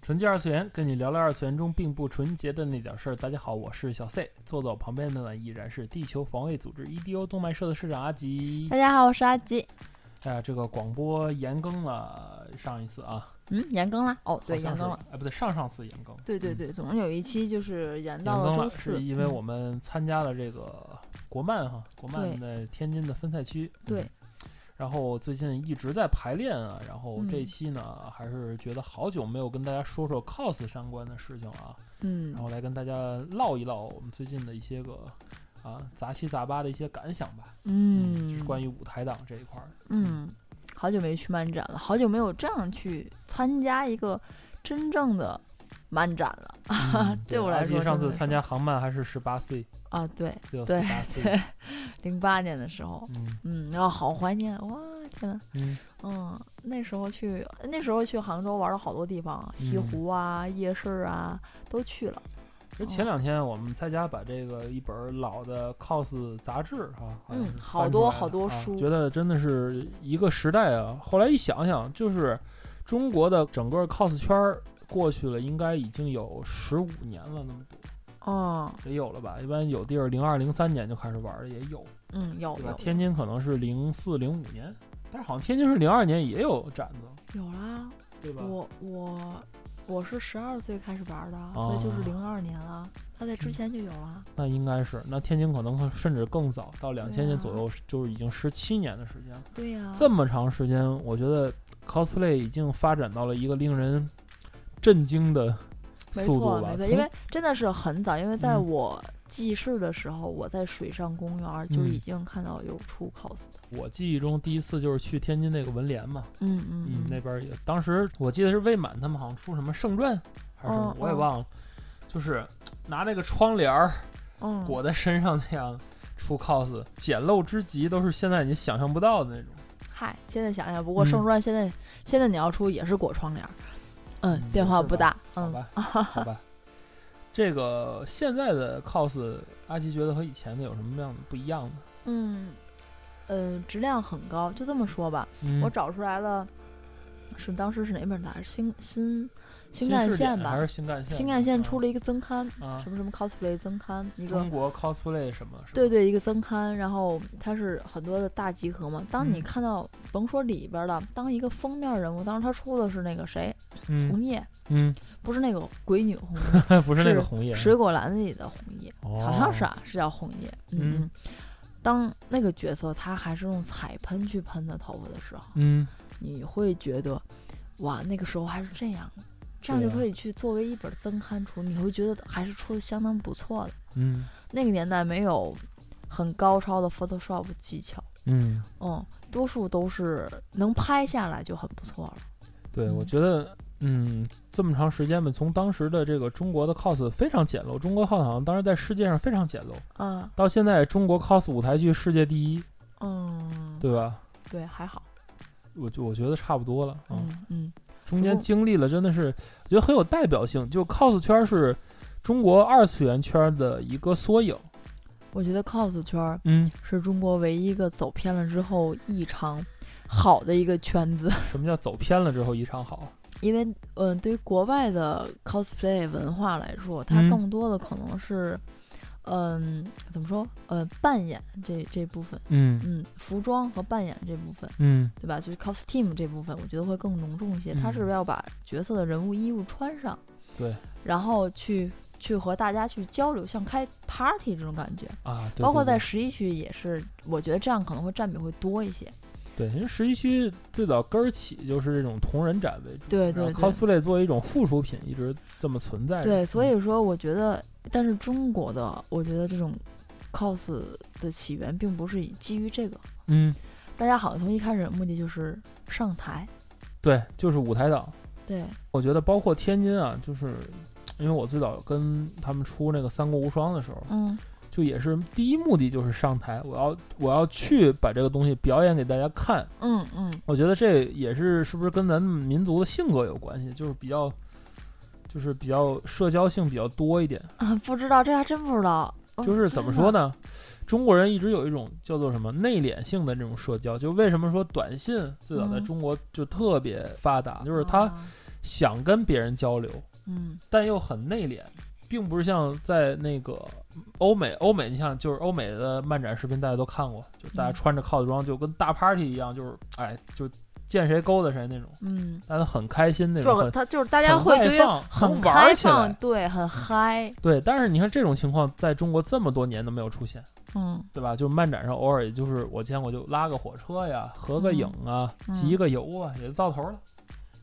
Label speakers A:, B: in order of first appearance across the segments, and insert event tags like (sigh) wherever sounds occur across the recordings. A: 纯洁二次元，跟你聊聊二次元中并不纯洁的那点事儿。大家好，我是小 C，坐在我旁边的呢依然是地球防卫组织 EDO 动漫社的社长阿吉
B: 大。家好，我是阿吉。
A: 哎呀，这个广播延更了上一次啊，
B: 嗯，延更了。哦，对，
A: 好像
B: 延
A: 是
B: 更了。，
A: 哎，不对，上上次延更，
B: 对对对，总有一期就是延
A: 嗯，
B: 到
A: 延更
B: 周
A: 了，
B: 四嗯
A: 是。因为我们参加了这个国漫哈，国漫的天津的分赛区，
B: 对
A: 嗯。然后最近一直在排练啊，然后这
B: 嗯
A: 期呢，还是觉得好久没有跟大家说说 cos 相关的事情啊，
B: 嗯
A: 然，后来跟大家唠一唠我们最近的一些个啊杂七杂八的一些感想吧。
B: 嗯，
A: 就是关于舞台党这一
B: (laughs)
A: 块儿。
B: 嗯，好久没去漫展了，好久没有这样去参加一个真正的漫展了
A: 嗯
B: 对我来
A: 而且
B: 说
A: 上
B: 真
A: 次
B: 的
A: 参
B: 是
A: 加航漫还是十八岁，
B: 啊！对，
A: 只有十
B: 对
A: 八
B: (laughs)
A: 岁。
B: 零八年的时候，
A: 嗯
B: 嗯，然后好怀念哇，天呐，
A: 嗯，
B: 嗯，那时候去，那时候去杭州玩了好多地方啊，西
A: 嗯
B: 湖啊、夜市啊都去了。
A: 其实前两天我们在家把这个一本老的 cos 杂志啊，好像
B: 嗯
A: 是
B: 好
A: 翻出
B: 多
A: 来了
B: 好多
A: 啊
B: 书
A: 觉得真的是一个时代啊。后来一想想，就是中国的整个 cos 圈儿。过去了，应该已经有十五年了，那么多
B: 嗯
A: 也有了吧？一般有地儿零二零三年就开始玩儿了，也有。
B: 嗯，有
A: 对吧
B: 有？
A: 天津可能是零四零五年，但是好像天津是零二年也有展子，
B: 有啦，
A: 对吧？
B: 我我我是十二岁开始玩的，所以就是
A: 哦
B: 零二年了。他在
A: 嗯
B: 之前就有了，
A: 那应该是，那天津可能甚至更早，到两千年左
B: 啊
A: 右，就是已经十七年的时间了。
B: 对呀、
A: 这么长时间，我觉得 cosplay 已经发展到了一个令人震惊的
B: 没
A: 速
B: 错
A: 度了。
B: 没错，
A: 从
B: 因为真的是很早，因为在
A: 嗯
B: 我记事的时候，我在水上公园就
A: 嗯
B: 已经看到有出 cos 的，
A: 我记忆中第一次就是去天津那个文联嘛，
B: 嗯嗯
A: 嗯，那边儿也，当时我记得是魏满他们好像出什么圣传还是什么
B: 哦，
A: 我也
B: 哦
A: 忘了，就是拿那个窗帘儿。
B: 嗯，
A: 裹在身上那样出 cos，简陋之极，都是现在你想象不到的那种。
B: 嗨，现在想想，不过
A: 嗯
B: 圣传现在、现在你要出也是裹窗帘儿，嗯，
A: 嗯也
B: 变化
A: 是吧
B: 不大，
A: 好
B: 嗯，
A: 吧，好吧。这个现在的 cos，阿奇觉得和以前的有什么样的不一样呢？
B: 嗯，呃，质量很高，就这么说吧。
A: 嗯
B: 我找出来了，是当时是哪本杂志？新新
A: 新
B: 新干
A: 视
B: 线
A: 点
B: 吧
A: 还？是新干线？
B: 新干线出了一个增刊，
A: 啊啊
B: 什么什么 cosplay 增刊，一个
A: 中国 cosplay 什么？是吧
B: 对，对一个增刊，然后它是很多的大集合嘛。当你
A: 嗯
B: 看到甭说里边了，当一个封面人物，当时他出的是那个谁，红
A: 嗯
B: 叶，
A: 嗯，
B: 不是那个鬼女
A: (laughs)
B: 红叶，
A: 不是那个
B: 是
A: 红叶，
B: 水果篮子里的红叶，好像是
A: 啊哦
B: 啊，是叫红叶，
A: 嗯
B: 嗯。当那个角色他还是用彩喷去喷的头发的时候，
A: 嗯，
B: 你会觉得，哇，那个时候还是这样的，这样
A: 对
B: 就
A: 啊
B: 可以去作为一本增刊出，你会觉得还是出的相当不错的。
A: 嗯
B: 那个年代没有很高超的 Photoshop 技巧，
A: 嗯，
B: 嗯，多数都是能拍下来就很不错了。
A: 对，我
B: 嗯
A: 觉得，嗯，这么长时间吧，从当时的这个中国的 cos 非常简陋，中国 cos 好像当时在世界上非常简陋，
B: 嗯
A: 到现在中国 cos 舞台剧世界第一，
B: 嗯，
A: 对吧？
B: 对，还好，
A: 我就我觉得差不多了啊、
B: 嗯嗯
A: 中间
B: 不过
A: 经历了真的是，我觉得很有代表性。就 cos 圈是中国二次元圈的一个缩影。
B: 我觉得 cos 圈儿
A: 嗯，
B: 是中国唯一一个走偏了之后异常好的一个圈子。
A: 什么叫走偏了之后一场好？
B: 因为，嗯、对于国外的 cosplay 文化来说，它
A: 嗯
B: 更多的可能是，嗯、怎么说，呃，扮演这这部分，
A: 嗯
B: 嗯，服装和扮演这部分，
A: 嗯
B: 对吧？就是 costume 这部分，我觉得会更浓重一些。它
A: 嗯
B: 是要把角色的人物衣物穿上，
A: 对，
B: 然后去去和大家去交流，像开 party 这种感觉。
A: 啊，对
B: 包括
A: 对
B: 在
A: 对
B: 十一区也是，我觉得这样可能会占比会多一些。
A: 对，因为十一区最早根儿起就是这种同人展为主，
B: 对对
A: 然
B: 对
A: 后 cosplay 作为一种附属品一直这么存在着。
B: 对，所
A: 嗯
B: 以说我觉得，但是中国的，我觉得这种 cos 的起源并不是以基于这个，
A: 嗯，
B: 大家好像从一开始的目的就是上台，
A: 对，就是舞台党。
B: 对，
A: 我觉得包括天津啊，就是因为我最早跟他们出那个《三国无双》的时候，
B: 嗯
A: 就也是第一目的就是上台，我要我要去把这个东西表演给大家看。
B: 嗯嗯，
A: 我觉得这也是是不是跟咱们民族的性格有关系，就是比较就是比较社交性比较多一点。
B: 啊， (laughs) 不知道这还真不知道，哦
A: 就是怎么说
B: 真的？
A: 呢？中国人一直有一种叫做什么内敛性的这种社交，就为什么说短信最早在
B: 嗯
A: 中国就特别发达，就是他
B: 啊，
A: 想跟别人交流，
B: 嗯
A: 但又很内敛，并不是像在那个欧美，欧美你像就是欧美的漫展视频大家都看过，就大家
B: 嗯
A: 穿着 cos 装就跟大 party 一样，就是哎就见谁勾搭谁那种，
B: 嗯，
A: 大家很开心那种，
B: 这
A: 很
B: 他就是大家
A: 很
B: 会
A: 外
B: 对于
A: 放
B: 很
A: 能玩
B: 开
A: 起来嗯
B: 放，对，很嗨，
A: 对。但是你看这种情况在中国这么多年都没有出现。
B: 嗯
A: 对吧？就是漫展上偶尔也就是我见过，就拉个火车呀，合个影啊，
B: 嗯
A: 集个邮啊，也就到头了。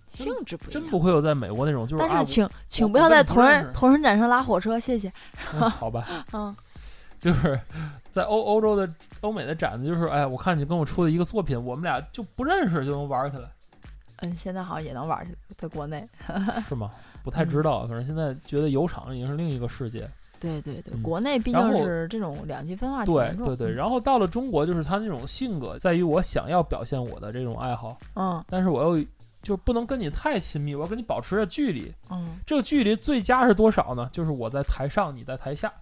B: 性质不一
A: 真
B: 样。
A: 不会有在美国那种就是
B: 但
A: 啊
B: 是，请请
A: 我
B: 不要
A: 我
B: 在
A: 不
B: 同
A: 认
B: 人
A: 识
B: 同人展上拉火车，谢谢。
A: 我嗯好吧，
B: 嗯
A: 就是在欧欧洲的欧美的展子，就是哎，我看你跟我出的一个作品，我们俩就不认识就能玩起来，
B: 嗯，现在好像也能玩儿去，在国内。
A: 是吗？不太
B: 嗯
A: 知道，反正现在觉得油厂已经是另一个世界。
B: 对对对，
A: 嗯
B: 国内毕
A: 然
B: 竟
A: 后
B: 是这种两极分化挺
A: 对
B: 严重。
A: 对对，
B: 嗯
A: 然后到了中国，就是他那种性格在于我想要表现我的这种爱好，
B: 嗯
A: 但是我又就不能跟你太亲密，我要跟你保持着距离。
B: 嗯
A: 这个距离最佳是多少呢？就是我在台上，你在台下，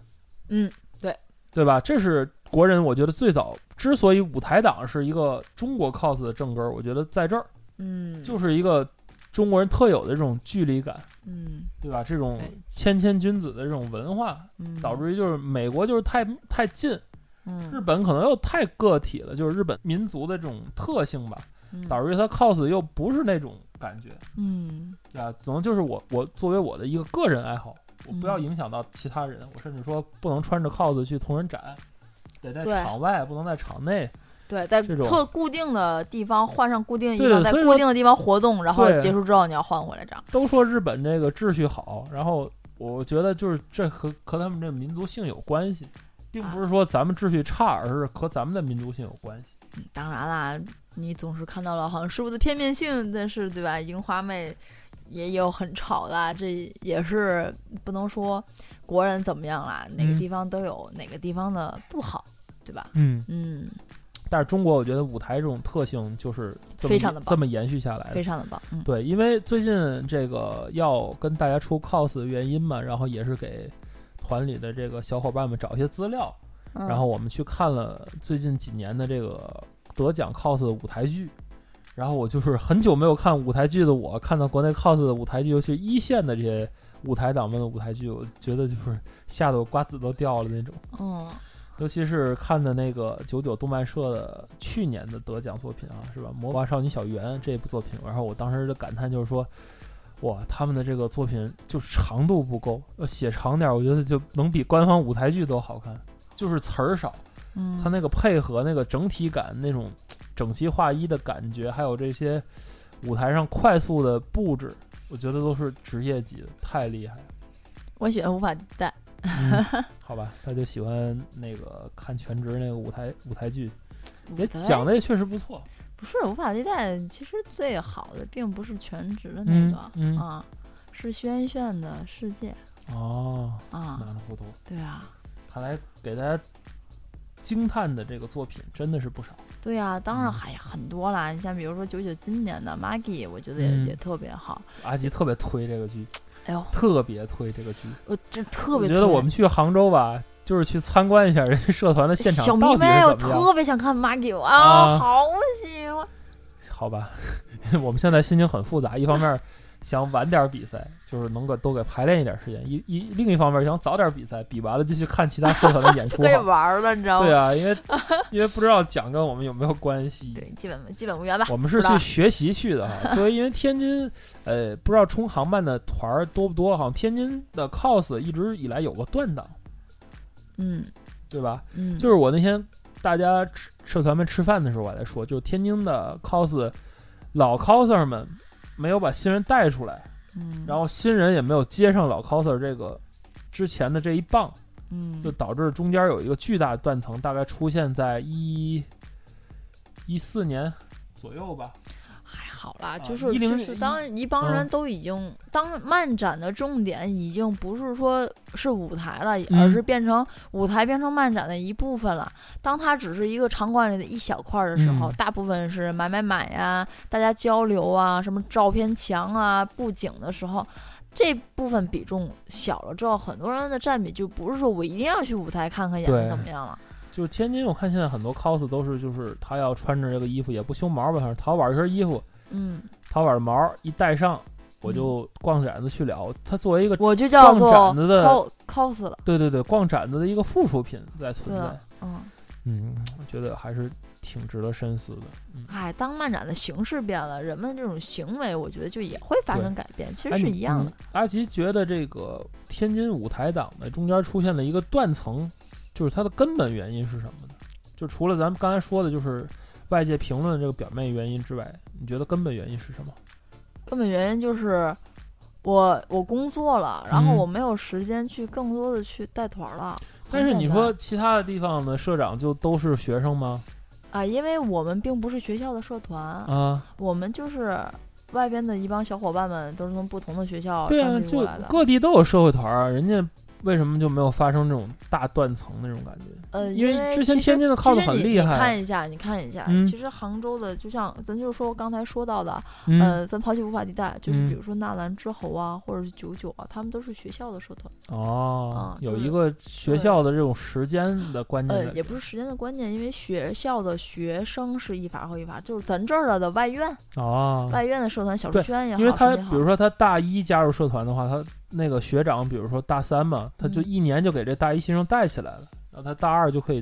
B: 嗯，对，
A: 对吧？这是国人，我觉得最早之所以舞台党是一个中国 cos 的正根儿，我觉得在这儿
B: 嗯，
A: 就是一个中国人特有的这种距离感，
B: 嗯
A: 对吧？这种
B: 对
A: 谦谦君子的这种文化，
B: 嗯，
A: 导致于就是美国就是太太近，日
B: 嗯
A: 本可能又太个体了，就是日本民族的这种特性吧，
B: 嗯
A: 导致于他 cos 又不是那种感觉。
B: 嗯
A: 对啊，只能就是我我作为我的一个个人爱好，我不要
B: 嗯
A: 影响到其他人，我甚至说不能穿着 cos 去同人展，得在
B: 对
A: 场外，不能在场内。
B: 对，在
A: 这种
B: 特固定的地方换上固定衣
A: 对
B: 裳，
A: 对
B: 在
A: 所以
B: 固
A: 说
B: 定的地方活动，然后
A: 对
B: 结束之后你要换回来这样。
A: 都说日本这个秩序好，然后我觉得就是这和和他们这民族性有关系，并不
B: 啊
A: 是说咱们秩序差，而是和咱们的民族性有关系。
B: 嗯当然啦，你总是看到了好像事物的片面性，但是对吧？樱花妹也有很吵的啊，这也是不能说国人怎么样啦，哪个
A: 嗯
B: 地方都有哪个地方的不好，对吧？
A: 嗯，
B: 嗯，
A: 但是中国我觉得舞台这种特性就是这么
B: 非常地棒
A: 这么延续下来的
B: 非。常的棒，嗯
A: 哎对，因为最近这个要跟大家出 cos 的原因嘛，然后也是给团里的这个小伙伴们找一些资料，
B: 嗯，
A: 然后我们去看了最近几年的这个得奖 cos 的舞台剧，然后我就是很久没有看舞台剧的我，看到国内 cos 的舞台剧，尤其是一线的这些舞台党们的舞台剧，我觉得就是吓得我瓜子都掉了那种。
B: 嗯
A: 尤其是看的那个九九动漫社的去年的得奖作品啊，是吧？《魔法少女小圆》这部作品，然后我当时的感叹就是说，哇，他们的这个作品就是长度不够，要写长点儿，我觉得就能比官方舞台剧都好看，就是词儿少，
B: 嗯，
A: 它那个配合、那个整体感、那种整齐划一的感觉，还有这些舞台上快速的布置，我觉得都是职业级的，太厉害了。
B: 我喜欢无法代，
A: 嗯好吧，他就喜欢那个看全职那个舞台舞台剧，也讲
B: 的
A: 的也确实不错。
B: 不是无法替代，其实最好的并不是全职的那个、
A: 嗯嗯
B: 啊，是轩轩的世界
A: 哦，
B: 啊，
A: 难了糊涂，
B: 对啊，
A: 看来给大家惊叹的这个作品真的是不少。
B: 对啊，当然
A: 嗯
B: 还很多啦，你像比如说九九今年的 Maggie，我觉得也、
A: 嗯
B: 也特别好，
A: 阿吉特别推这个剧，
B: 哎呦，
A: 特别推这个剧。
B: 我这特
A: 我
B: 别
A: 觉得
B: 推
A: 我们去杭州吧，就是去参观一下人家社团的现场
B: 小
A: 到底
B: 迷妹，我
A: 是怎么样。
B: 特别想看 Maggie 啊，
A: 啊
B: 好喜欢，
A: 好吧，我们现在心情很复杂，一方面想晚点比赛，就是能够多给排练一点时间；一一另一方面想早点比赛，比完了就去看其他社团的演
B: (laughs) 就
A: 出
B: 可以
A: 好了。
B: 玩了，你知道吗？
A: 对啊，因为因为不知道奖跟我们有没有关系。
B: (laughs) 对基本基本无缘吧，
A: (laughs) 我们是
B: 不知道
A: 去学习去的哈，所以因为天津，呃，不知道冲航办的团儿多不多，好像天津的 cos 一直以来有个断档，
B: 嗯
A: 对吧？
B: 嗯，
A: 就是我那天大家吃社团们吃饭的时候，我还在说，就是天津的 cos 老 coser 们没有把新人带出来，
B: 嗯，
A: 然后新人也没有接上老 coser 这个之前的这一棒，
B: 嗯
A: 就导致中间有一个巨大的断层，大概出现在一一四年左右吧。
B: 还好啦，
A: 啊
B: 就是
A: 10
B: 就是当一帮
A: 啊
B: 人都已经、当漫展的重点已经不是说是舞台了，
A: 嗯
B: 而是变成舞台变成漫展的一部分了。当它只是一个场馆里的一小块儿的时候，
A: 嗯
B: 大部分是买买买呀、大家交流啊、什么照片墙啊、布景的时候。这部分比重小了之后，很多人的占比就不是说我一定要去舞台看看演
A: 对
B: 的怎么样了，
A: 就是天津，我看现在很多 cos 都是，就是他要穿着这个衣服，也不修毛吧，反正淘宝一身衣服，
B: 嗯，
A: 淘宝的毛一戴上，我就逛展子去了。它作为一个，
B: 我就叫做
A: 逛展子的
B: cos cos 了，
A: 对对对，逛展子的一个附属品在存
B: 对
A: 在
B: 了。嗯。
A: 嗯，我觉得还是挺值得深思的。嗯，
B: 哎，当漫展的形式变了，人们这种行为，我觉得就也会发
A: 对
B: 生改变，其实
A: 哎
B: 是
A: 你
B: 一样
A: 你
B: 的。
A: 阿吉觉得这个天津舞台党的中间出现了一个断层，就是它的根本原因是什么呢？就除了咱们刚才说的，就是外界评论这个表面原因之外，你觉得根本原因是什么？
B: 根本原因就是我我工作了，然后
A: 嗯
B: 我没有时间去更多的去带团儿了。
A: 但
B: 很
A: 是
B: 简
A: 你
B: 单
A: 说其他的地方的社长就都是学生吗？
B: 啊，因为我们并不是学校的社团，
A: 啊，
B: 我们就是外边的一帮小伙伴们，都是从不同的学校
A: 对啊，
B: 召集
A: 就
B: 过来的。
A: 各地都有社会团儿，啊人家为什么就没有发生这种大断层那种感觉？
B: 呃，
A: 因为
B: 为
A: 之前
B: 其实
A: 天津的
B: 其
A: cos
B: 实
A: 很
B: 你
A: 厉
B: 你
A: 害
B: 看一下，你看一下，
A: 嗯
B: 其实杭州的，就像咱就说刚才说到的，
A: 嗯，
B: 呃，咱抛弃无法地带，就是
A: 嗯
B: 比如说纳兰之侯啊，或者是九九啊，他们都是学校的社团，
A: 哦
B: 啊，
A: 有
B: 就
A: 一
B: 是
A: 个学
B: 对
A: 校的这种时间的观念在
B: 呃，
A: 里
B: 也不是时间的关键，因为学校的学生是一法和一法，就是咱这儿的外院，
A: 哦，
B: 外院的社团小书
A: 对
B: 圈也好，
A: 因为他
B: 什么也好
A: 比如说他大一加入社团的话，他那个学长，比如说大三嘛，他就
B: 嗯
A: 一年就给这大一新生带起来了，然后他大二就可以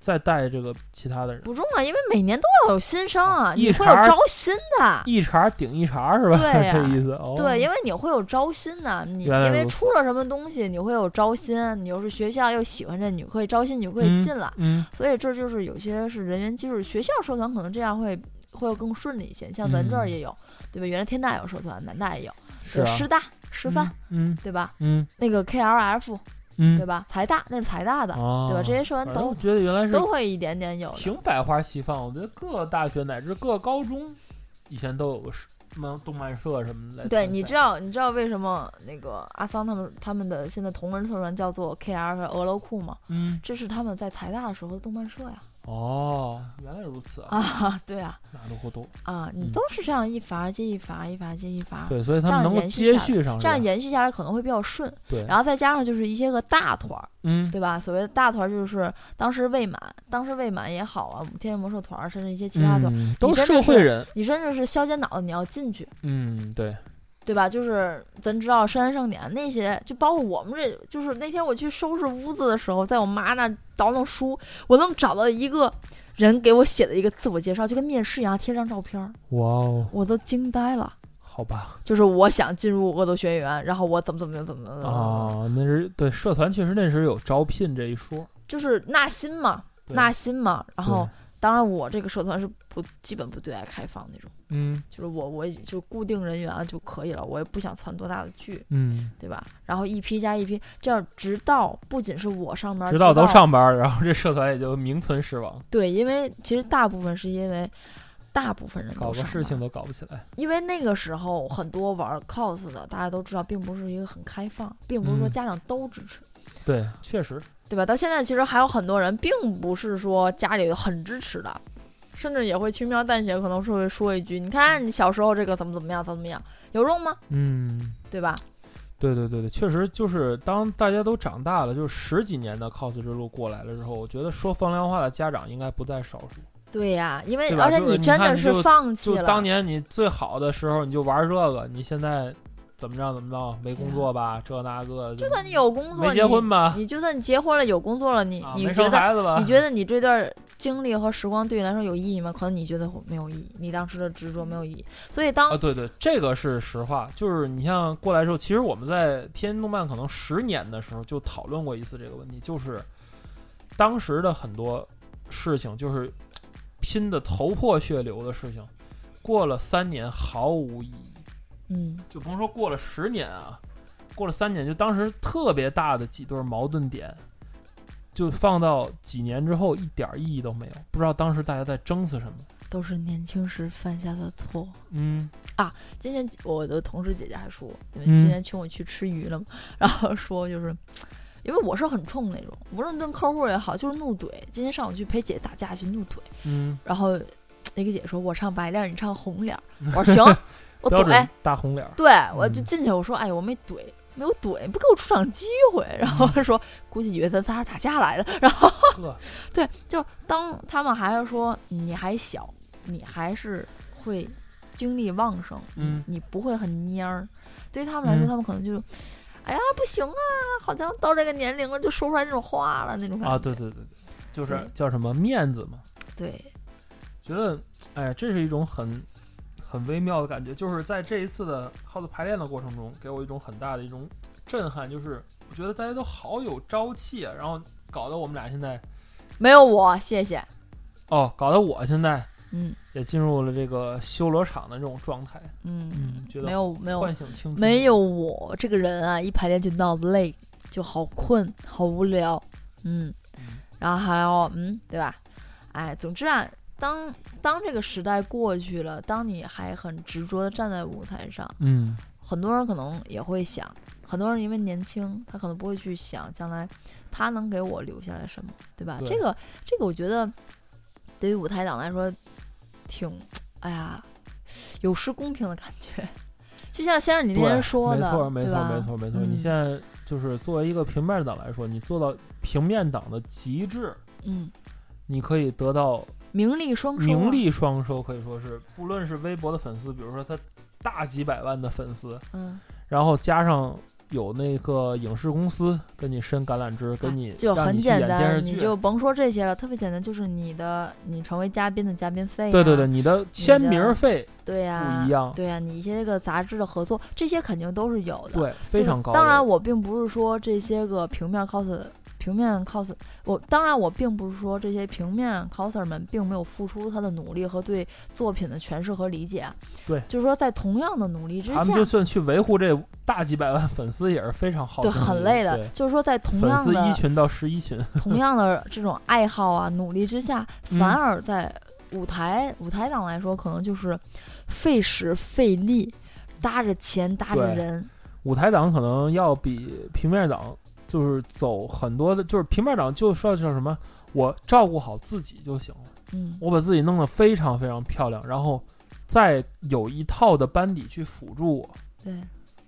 A: 再带这个其他的人，
B: 不重要，因为每年都要有新生
A: 啊
B: 啊，
A: 一
B: 你会
A: 茬
B: 有
A: 儿哦
B: 招新的。
A: 一茬顶一茬是吧？
B: 对呀
A: (laughs) 这意思哦。
B: 对，因为你会有招新的，你
A: 原来
B: 因为
A: 如此
B: 出了什么东西，你会有招新，你又是学校又喜欢这，你会招新，你会
A: 嗯
B: 进来，
A: 嗯
B: 所以这就是有些是人员基础，学校社团可能这样会会更顺利一些。像咱这儿
A: 嗯
B: 也有，对吧？原来天大有社团，南大也有，
A: 是
B: 有
A: 啊，
B: 师大、师范，
A: 嗯
B: 对吧？
A: 嗯
B: 那个 KLF，
A: 嗯，
B: 对吧？财大那是财大的，
A: 哦，
B: 对吧？这些社团
A: 反正我
B: 都
A: 觉得原来是
B: 都会一点点有的。
A: 挺百花齐放，我觉得各大学乃至各高中以前都有个什么动漫社什么的来参赛。
B: 对，你知道你知道为什么那个阿桑他们他们的现在同人社团叫做 KLF 俄罗库吗？
A: 嗯
B: 这是他们在财大的时候的动漫社呀！
A: 哦，原来如此啊，
B: 啊，对啊，
A: 哪都糊涂。
B: 啊，
A: 嗯
B: 你都是这样一伐接一伐，一伐接一伐，
A: 对，所以他们
B: 啊这样
A: 能够
B: 延续
A: 接
B: 下来
A: 续上，
B: 这样
A: 是吧
B: 延续下来可能会比较顺。
A: 对，
B: 然后再加上就是一些个大团儿，
A: 嗯
B: 对吧？所谓的大团儿就是当时未满，当时未满也好啊，天津魔兽团儿，甚至一些其他团儿，
A: 嗯、都
B: 你真的
A: 社会
B: 是
A: 人，
B: 你甚至是削尖脑袋你要进去，
A: 嗯，对，
B: 对吧？就是咱知道深山盛典那些，就包括我们这，就是那天我去收拾屋子的时候，在我妈那倒腾书，我能找到一个人给我写的一个自我介绍，就跟面试一样，贴张照片儿，
A: 哇哦，
B: 我都惊呆了。
A: 好吧，
B: 就是我想进入恶斗学园，然后我怎么怎么怎么怎么怎么，
A: 啊，那是对社团确实那时候有招聘这一说，
B: 就是纳新嘛，
A: 对
B: 纳新嘛，然后
A: 对。
B: 当然，我这个社团是不基本不对外开放那种，
A: 嗯
B: 就是我我也就固定人员啊就可以了，我也不想攒多大的剧，
A: 嗯，
B: 对吧？然后一批加一批，这样直到不仅是我上班，
A: 直
B: 到
A: 到都上班儿，然后这社团也就名存实亡，
B: 对，因为其实大部分是因为大部分人
A: 搞
B: 都
A: 个
B: 上
A: 事
B: 班
A: 情都搞不啊起来，
B: 因为那个时候很多玩 cos 的，大家都知道，并不是一个很开放，并不是说
A: 嗯
B: 家长都支持。
A: 对，确实，
B: 对吧？到现在其实还有很多人并不是说家里很支持的，甚至也会轻描淡写，可能是会说一句：“你看你小时候这个怎么怎么样，怎么怎么样，有用吗？
A: 嗯。
B: 对吧
A: 对对对对，确实就是当大家都长大了，就是十几年的 cos 之路过来了之后，我觉得说风凉话的家长应该不在少数。？”
B: 对呀、因为
A: 对吧
B: 而且
A: 就是你
B: 真
A: 看
B: 的
A: 你
B: 是
A: 就
B: 放弃
A: 就
B: 了，
A: 当年你最好的时候，你就玩这个，你现在怎么着怎么着，没工作吧，这那个的，
B: 就算你有工作，
A: 没结婚吧，
B: 你你就算结婚了有工作了，你、
A: 啊
B: 你
A: 没
B: 觉
A: 生
B: 得
A: 孩子吧，
B: 你觉得你这段经历和时光对你来说有意义吗？可能你觉得没有意义，你当时的执着没有意义。所以当、
A: 啊？对对，这个是实话，就是你像过来之后，其实我们在天津动漫可能十年的时候就讨论过一次这个问题，就是当时的很多事情，就是拼的头破血流的事情，过了三年毫无意义。
B: 嗯
A: 就甭说过了十年啊，过了三年，就当时特别大的几对矛盾点，就放到几年之后一点儿意义都没有，不知道当时大家在争死什么。
B: 都是年轻时犯下的错误。
A: 嗯
B: 今天我的同事姐姐还说，因为
A: 嗯
B: 今天请我去吃鱼了嘛，然后说就是，因为我是很冲那种，无论跟客户也好，就是怒怼。今天上午去陪姐姐打架去怒怼，
A: 嗯，
B: 然后一个姐说我唱白脸儿，你唱红脸儿，
A: (laughs)
B: 我说行，我哎
A: 标
B: 怼
A: 准，大红脸儿，
B: 对我就
A: 嗯
B: 进去我说哎我没怼。没有怼，不给我出场机会，然后
A: 嗯
B: 说估计以为咱仨是打架来的，然后
A: 呵，
B: 对，就是当他们还是说你还小，你还是会精力旺盛，
A: 嗯
B: 你不会很蔫儿。对于他们来说，
A: 嗯
B: 他们可能就，哎呀不行啊，好像到这个年龄了就说出来这种话了那种感觉。
A: 啊，对对对对，就是
B: 对
A: 叫什么面子嘛，
B: 对，
A: 觉得，哎，这是一种很很微妙的感觉，就是在这一次的耗子排练的过程中，给我一种很大的一种震撼，就是我觉得大家都好有朝气啊，然后搞得我们俩现在，
B: 没有我，谢谢。
A: 哦，搞得我现在
B: 嗯
A: 也进入了这个修罗场的这种状态，
B: 嗯
A: 嗯，觉得
B: 没有没有
A: 唤醒青春，
B: 没有我这个人啊，一排练就闹得累，就好困，好无聊。嗯，
A: 嗯
B: 然后还要嗯，对吧？哎，总之啊，当当这个时代过去了，当你还很执着的站在舞台上。
A: 嗯
B: 很多人可能也会想，很多人因为年轻，他可能不会去想将来他能给我留下来什么，对吧？
A: 对
B: 这个这个，我觉得对于舞台党来说，挺哎呀，有失公平的感觉。就像先生你那
A: 对
B: 天说的，
A: 没错，没
B: 对
A: 错，
B: 吧
A: 没错，没错。
B: 嗯
A: 你现在就是作为一个平面党来说，你做到平面党的极致，
B: 嗯，
A: 你可以得到
B: 名利双收、啊，
A: 名，利双收，可以说是，不论是微博的粉丝，比如说他大几百万的粉丝，
B: 嗯，
A: 然后加上有那个影视公司跟你伸橄榄枝，跟你
B: 哎就
A: 让
B: 很
A: 你去
B: 简
A: 演电
B: 单，
A: 视
B: 你
A: 剧，
B: 就甭说这些了，特别简单，就是你的你成为嘉宾的嘉宾费、啊，
A: 对对对，你的签名费
B: 对呀、
A: 不一样
B: 对呀、你一些这个杂志的合作，这些肯定都是有的，
A: 对非常高的，
B: 当然，我并啊不是说这些个平面 cos 平面 cos，我当然我并不是说这些平面 coser 们并没有付出他的努力和对作品的诠释和理解。
A: 对
B: 就是说在同样的努力之
A: 他
B: 下
A: 们，就算去维护这大几百万粉丝也是非常耗
B: 对
A: 精
B: 很
A: 力
B: 累的
A: 对。
B: 就是说在同
A: 粉
B: 样
A: 丝一
B: 的
A: 群到十一群，
B: 同样的这种爱好啊努力之下，
A: 嗯
B: 反而在舞台舞台党来说，可能就是费时费力，搭着钱搭着
A: 对
B: 人。
A: 舞台党可能要比平面党就是走很多的，就是平面党就说叫什么，我照顾好自己就行了，
B: 嗯，
A: 我把自己弄得非常非常漂亮，然后再有一套的班底去辅助我，
B: 对，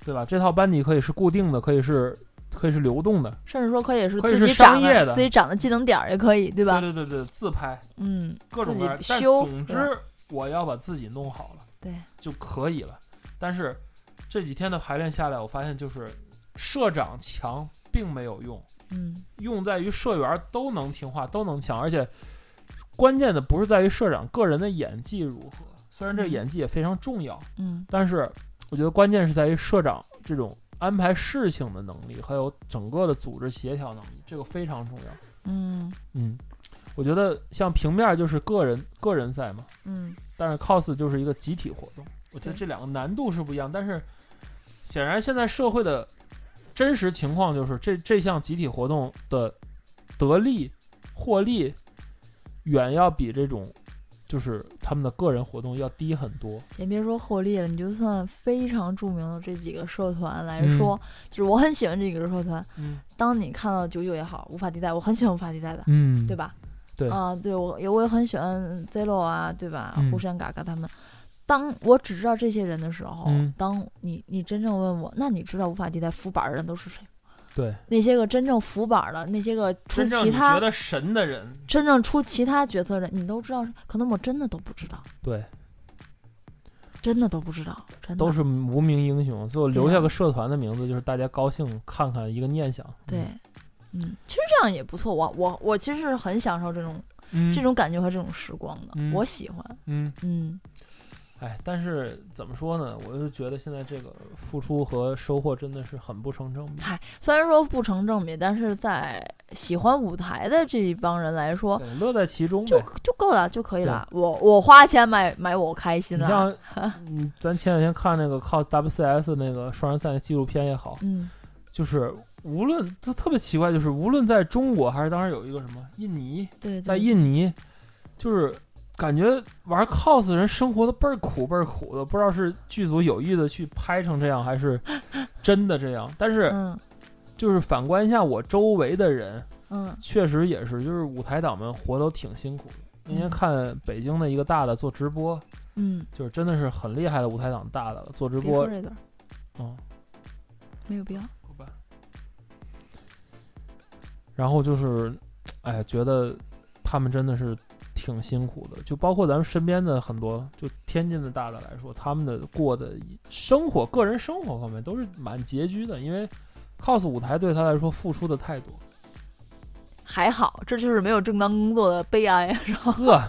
A: 对吧？这套班底可以是固定的，可以是可以是流动的，
B: 甚至说可以是
A: 可以
B: 自
A: 是
B: 己
A: 商
B: 长
A: 业
B: 的
A: 的
B: 自己长的技能点儿也可以，对吧？
A: 对对对对，自拍
B: 嗯，
A: 各种
B: 自
A: 各
B: 己
A: 样，但
B: 修，
A: 总
B: 对吧
A: 之我要把自己弄好了，
B: 对
A: 就可以了。但是这几天的排练下来，我发现就是社长强并没有用。
B: 嗯，
A: 用在于社员都能听话，都能抢，而且关键的不是在于社长个人的演技如何，虽然这个
B: 嗯
A: 演技也非常重要，
B: 嗯
A: 但是我觉得关键是在于社长这种安排事情的能力，还有整个的组织协调能力，这个非常重要。
B: 嗯
A: 嗯，我觉得像平面就是个人个人赛嘛，
B: 嗯，
A: 但是 cos 就是一个集体活动，我觉得
B: 对
A: 这两个难度是不一样，但是显然现在社会的真实情况就是这这项集体活动的得利获利远要比这种就是他们的个人活动要低很多。
B: 先别说获利了，你就算非常著名的这几个社团来说，就是我很喜欢这几个社团。
A: 嗯
B: 当你看到九九也好，无法地带，我很喜欢无法地带的，
A: 嗯
B: 对？吧？
A: 对
B: 啊、对我也我也很喜欢 Zelo 啊，对吧？
A: 嗯
B: 胡山嘎嘎他们。当我只知道这些人的时候，
A: 嗯
B: 当你你真正问我，那你知道无法地带浮板的人都是谁吗？
A: 对，
B: 那些个真正浮板的，那些个出
A: 真正
B: 其
A: 你觉
B: 他
A: 得神的人，
B: 真正出其他角色的，你都知道是，可能我真的都不知道，
A: 对，
B: 真的都不知道，真的
A: 都是无名英雄，最后留
B: 嗯对
A: 下
B: 啊
A: 个社团的名字，就是大家高兴看看一个念想。
B: 对，嗯，其实这样也不错。我我我其实是很享受这种、
A: 嗯，
B: 这种感觉和这种时光的，
A: 嗯
B: 我喜欢。
A: 嗯。
B: 嗯，
A: 哎，但是怎么说呢？我就觉得现在这个付出和收获真的是很不成正比。
B: 嗨，虽然说不成正比，但是在喜欢舞台的这一帮人来说，
A: 对乐在其中
B: 就
A: 呗。
B: 就够了，就可以了。我我花钱买买我开心
A: 你
B: 了。 (laughs)
A: 像，嗯，咱前两天看那个靠 WCS 那个双人赛的纪录片也好，
B: 嗯，
A: 就是无论这特别奇怪，就是无论在中国还是当时有一个什么印尼，
B: 对，对
A: 在印尼，就是感觉玩 cos 的人生活的倍儿苦倍儿苦的，不知道是剧组有意的去拍成这样，还是真的这样。但是
B: 嗯
A: 就是反观一下我周围的人，
B: 嗯
A: 确实也是，就是舞台党们活都挺辛苦的。那天
B: 嗯
A: 看北京的一个大的做直播，
B: 嗯，
A: 就是真的是很厉害的舞台党大的了，做直
B: 别
A: 播
B: 说，这段，
A: 嗯，
B: 没有必要。
A: 然后就是，哎，觉得他们真的是挺辛苦的，就包括咱们身边的很多，就天津的大大来说，他们的过的生活、个人生活方面都是蛮拮据的，因为 cos 舞台对他来说付出的太多。
B: 还好，这就是没有正当工作的悲哀，啊是吧？
A: 呵，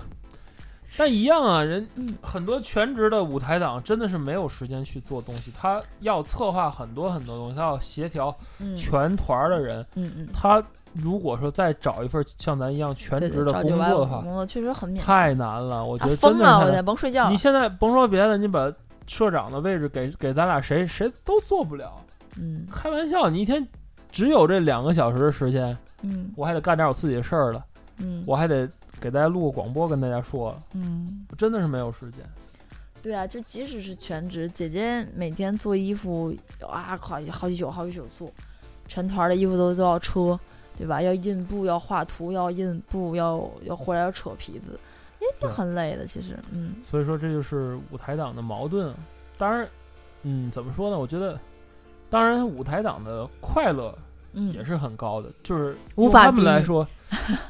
A: 但一样啊，人
B: 嗯
A: 很多全职的舞台党真的是没有时间去做东西，他要策划很多很多东西，他要协调
B: 嗯
A: 全团儿的人，
B: 嗯嗯，
A: 他如果说再找一份像咱一样全
B: 对
A: 职
B: 对，
A: 的
B: 朝
A: 工
B: 九
A: 作
B: 晚
A: 的
B: 五的
A: 话，
B: 工作确实很勉强。
A: 太难了，我觉
B: 啊
A: 得真
B: 疯
A: 的
B: 了，
A: 太
B: 我
A: 难。
B: 得甭睡觉了
A: 你。现在甭说别的，你把社长的位置给给咱俩谁谁都做不了。
B: 嗯
A: 开玩笑，你一天只有这两个小时的时间，
B: 嗯
A: 我还得干点我自己的事儿了，
B: 嗯
A: 我还得给大家录个广播跟大家说了，
B: 嗯，
A: 我真的是没有时间。
B: 对啊，就即使是全职，姐姐每天做衣服，啊靠，好几宿好几宿做，全团的衣服都都要车，对吧？要印布，要画图，要印布，要要回来要扯皮子，哎，这
A: 对啊
B: 很累的，其实，嗯
A: 所以说这就是舞台党的矛盾。当然，嗯，怎么说呢？我觉得，当然舞台党的快乐
B: 嗯，
A: 也是很高的，就是
B: 无法
A: 用他们
B: 比
A: 来
B: 拟 (laughs)
A: 说，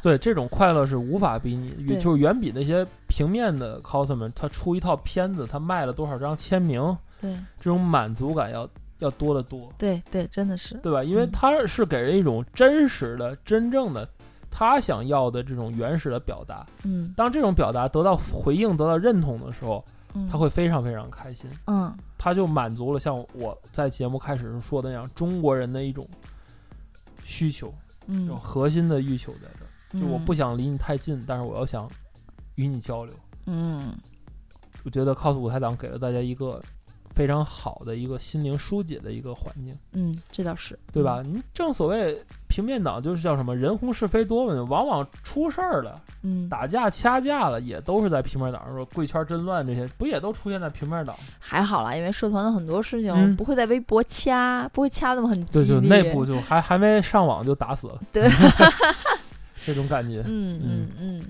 A: 对这种快乐是无法比拟，也
B: 对
A: 就是远比那些平面的 cos 们，他出一套片子，他卖了多少张签名，
B: 对
A: 这种满足感要要多得多，
B: 对对，真的是，
A: 对吧？因为
B: 嗯
A: 他是给人一种真实的、真正的他想要的这种原始的表达。
B: 嗯，
A: 当这种表达得到回应、得到认同的时候，
B: 嗯
A: 他会非常非常开心。
B: 嗯
A: 他就满足了像我在节目开始说的那样中国人的一种需求，这种
B: 嗯，
A: 核心的欲求在这儿。就我
B: 嗯
A: 不想离你太近，但是我要想与你交流。
B: 嗯
A: 我觉得 cos 舞台党给了大家一个非常好的一个心灵疏解的一个环境，
B: 嗯，这倒是，
A: 对吧？你正所谓平面党就是叫什么人红是非多嘛，往往出事儿了，
B: 嗯？嗯，
A: 打架掐架了，也都是在平面党上说贵圈真乱这些，不也都出现在平面党？
B: 还好啦，因为社团的很多事情
A: 嗯
B: 不会在微博掐，不会掐那么很
A: 对，
B: 激
A: 就
B: 烈。
A: 内部就还还没上网就打死了， (laughs)
B: 对，
A: 这种感觉。
B: 嗯嗯嗯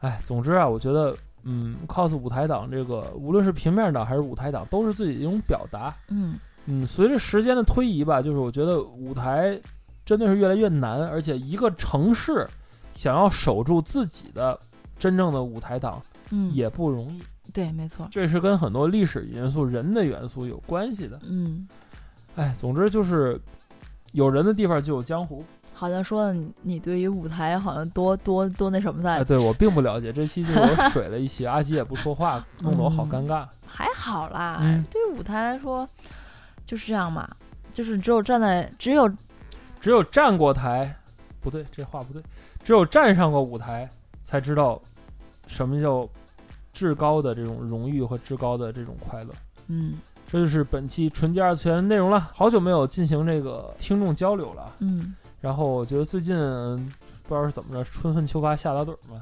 A: 哎，总之啊，我觉得，嗯，cos 舞台党这个，无论是平面党还是舞台党，都是自己的一种表达。
B: 嗯
A: 嗯，随着时间的推移吧，就是我觉得舞台真的是越来越难，而且一个城市想要守住自己的真正的舞台党
B: 嗯，
A: 也不容易，
B: 对，没错，
A: 这是跟很多历史元素、人的元素有关系的。
B: 嗯，
A: 哎，总之就是有人的地方就有江湖。
B: 好像说的你你对于舞台好像多多多那什么
A: 哎，
B: 在，
A: 对我并不了解，这期就是我水了一期， (laughs) 阿吉也不说话，弄得我好尴尬。
B: 还好啦。
A: 嗯
B: 对于舞台来说，就是这样嘛，就是只有站在只有
A: 只有站过台，不对，这话不对，只有站上过舞台，才知道什么叫至高的这种荣誉和至高的这种快乐。
B: 嗯
A: 这就是本期纯洁二次元的内容了。好久没有进行这个听众交流了，
B: 嗯
A: 然后我觉得最近嗯不知道是怎么着，春分秋发夏打盹儿嘛，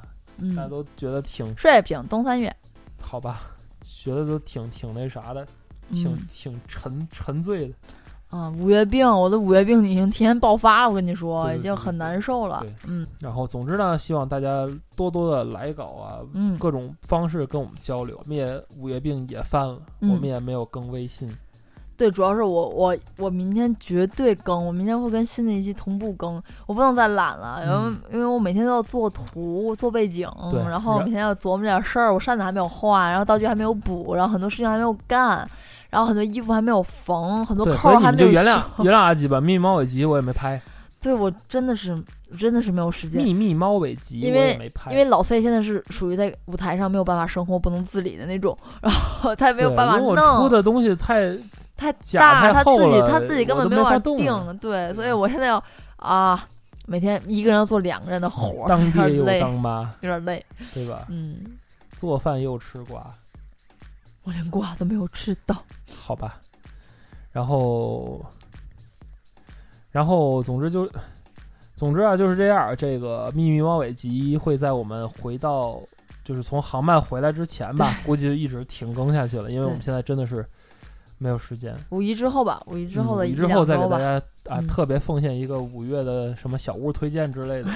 A: 大家
B: 嗯，
A: 都觉得挺
B: 帅饼东三月，
A: 好吧，觉得都挺挺那啥的，挺、
B: 嗯
A: 挺沉沉醉的。
B: 啊，五月病，我的五月病已经提前爆发了，我跟你说，
A: 对对
B: 已经
A: 对
B: 很
A: 对
B: 难受了
A: 对。
B: 嗯
A: 然后，总之呢，希望大家多多的来稿啊，
B: 嗯，
A: 各种方式跟我们交流。我们也五月病也犯了，
B: 嗯
A: 我们也没有更微信。
B: 对，主要是我我我明天绝对更，我明天会跟新的一期同步更，我不能再懒了，因为、
A: 嗯
B: 因为我每天都要做图、做背景，
A: 对
B: 然后
A: 然
B: 每天要琢磨点事儿，我扇子还没有画，然后道具还没有补，然后很多事情还没有干，然后很多衣服还没有缝，很多
A: 对，
B: 扣
A: 所以
B: 儿
A: 你
B: 还
A: 们
B: 没
A: 就
B: 有
A: 原
B: 修
A: 谅。原谅阿吉吧，《密密猫尾集》我也没拍，
B: 对我真的是真的是没有时
A: 《
B: 间，
A: 密密猫尾集》
B: 因
A: 我也
B: 为
A: 没拍，
B: 因为老 C 现在是属于在舞台上没有办法生活、不能自理的那种，然后他也没有
A: 对
B: 办法
A: 因为我出
B: 弄。
A: 的东西太
B: 太
A: 假
B: 大，
A: 太
B: 他
A: 厚
B: 自己
A: 了
B: 他自己根
A: 我
B: 本
A: 都没
B: 有办法
A: 法动了嗯
B: 定，对，所以我现在要啊，每天一个人要做两个人的活儿，
A: 当
B: 有
A: 爹
B: 点
A: 又
B: 累，有
A: 当妈，
B: 点累，
A: 对吧？
B: 嗯，
A: 做饭又吃瓜，
B: 我连瓜都没有吃到，
A: 好吧。然后，然后，总之就，总之啊，就是这样。这个《秘密猫尾集》会在我们回到就是从航漫回来之前吧，估计就一直停更下去了，因为我们
B: 对
A: 现在真的是没有时间。
B: 五一之后吧，五一之后
A: 嗯
B: 的一
A: 之
B: 两
A: 后再
B: 周
A: 给大
B: 吧。
A: 家啊、
B: 嗯
A: 特别奉献一个五月的什么小屋推荐之
B: (laughs)
A: 类的，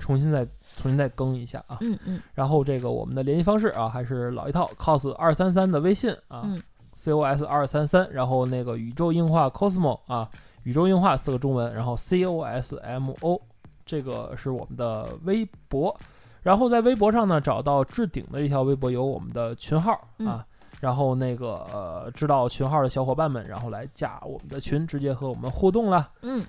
A: 重新再重新再更一下啊。
B: 嗯嗯，
A: 然后这个我们的联系方式啊，还是老一套，cos 二三三的微信啊、
B: 嗯
A: c o s 二三三，然后那个宇宙硬化 cosmo 啊，宇宙硬化四个中文，然后 c o s m o，这个是我们的微博。然后在微博上呢，找到置顶的一条微博有我们的群号啊，
B: 嗯
A: 然后那个呃，知道群号的小伙伴们，然后来加我们的群，直接和我们互动啦。
B: 嗯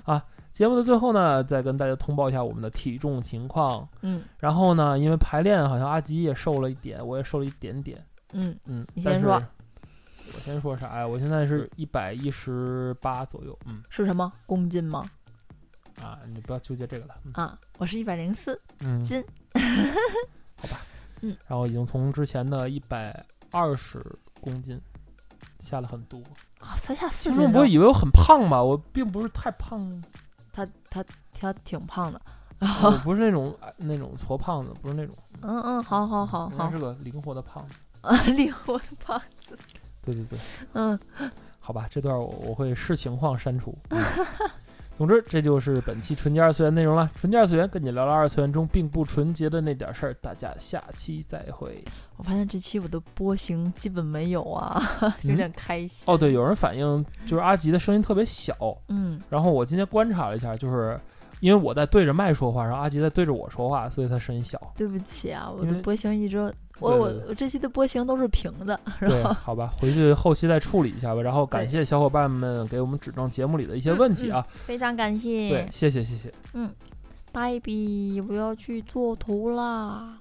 A: 节目的最后呢，再跟大家通报一下我们的体重情况，
B: 嗯
A: 然后呢，因为排练，好像阿吉也瘦了一点，我也瘦了一点点。
B: 嗯，
A: 嗯，
B: 你
A: 但是
B: 先说
A: 我先说啥哎呀？我现在是一百一十八左右。嗯
B: 是什么公斤吗？
A: 啊，你不要纠结这个了。嗯
B: 啊，我是一百零四。
A: 嗯，
B: 斤
A: (laughs) 好吧。
B: 嗯，
A: 然后已经从之前的一百二十公斤下了很多。
B: 啊，才下四
A: 听
B: 斤
A: 众
B: 肉。
A: 不会以为我很胖吧？我并不是太胖，
B: (laughs) 他他他挺胖的。
A: 我不是那种哎那种矬胖子，不是那种。
B: 嗯嗯，好好好
A: 应该
B: 好
A: 是，个灵活的胖子。
B: 啊， (laughs) 灵活的胖。
A: 对对对。
B: 嗯，
A: 好吧，这段我我会视情况删除。嗯 (laughs) 总之，这就是本期纯洁二次元内容了。纯洁二次元跟你聊聊二次元中并不纯洁的那点事儿，大家下期再会。
B: 我发现这期我的波形基本没有啊， (laughs) 有
A: 嗯
B: 点开心。
A: 哦，对，有人反映就是阿吉的声音特别小，
B: 嗯
A: 然后我今天观察了一下，就是因为我在对着麦说话，然后阿吉在对着我说话，所以他声音小。
B: 对不起啊，我
A: 因
B: 的
A: 为
B: 波形一直，我
A: 对
B: 我
A: 对对
B: 我这期的波形都是平的，
A: 对，
B: 然后
A: 好吧，回去后期再处理一下吧。然后感谢小伙伴们给我们指正节目里的一些问题啊，
B: 非常感谢
A: 对，。谢谢谢谢。
B: 芭比，我要去做头啦。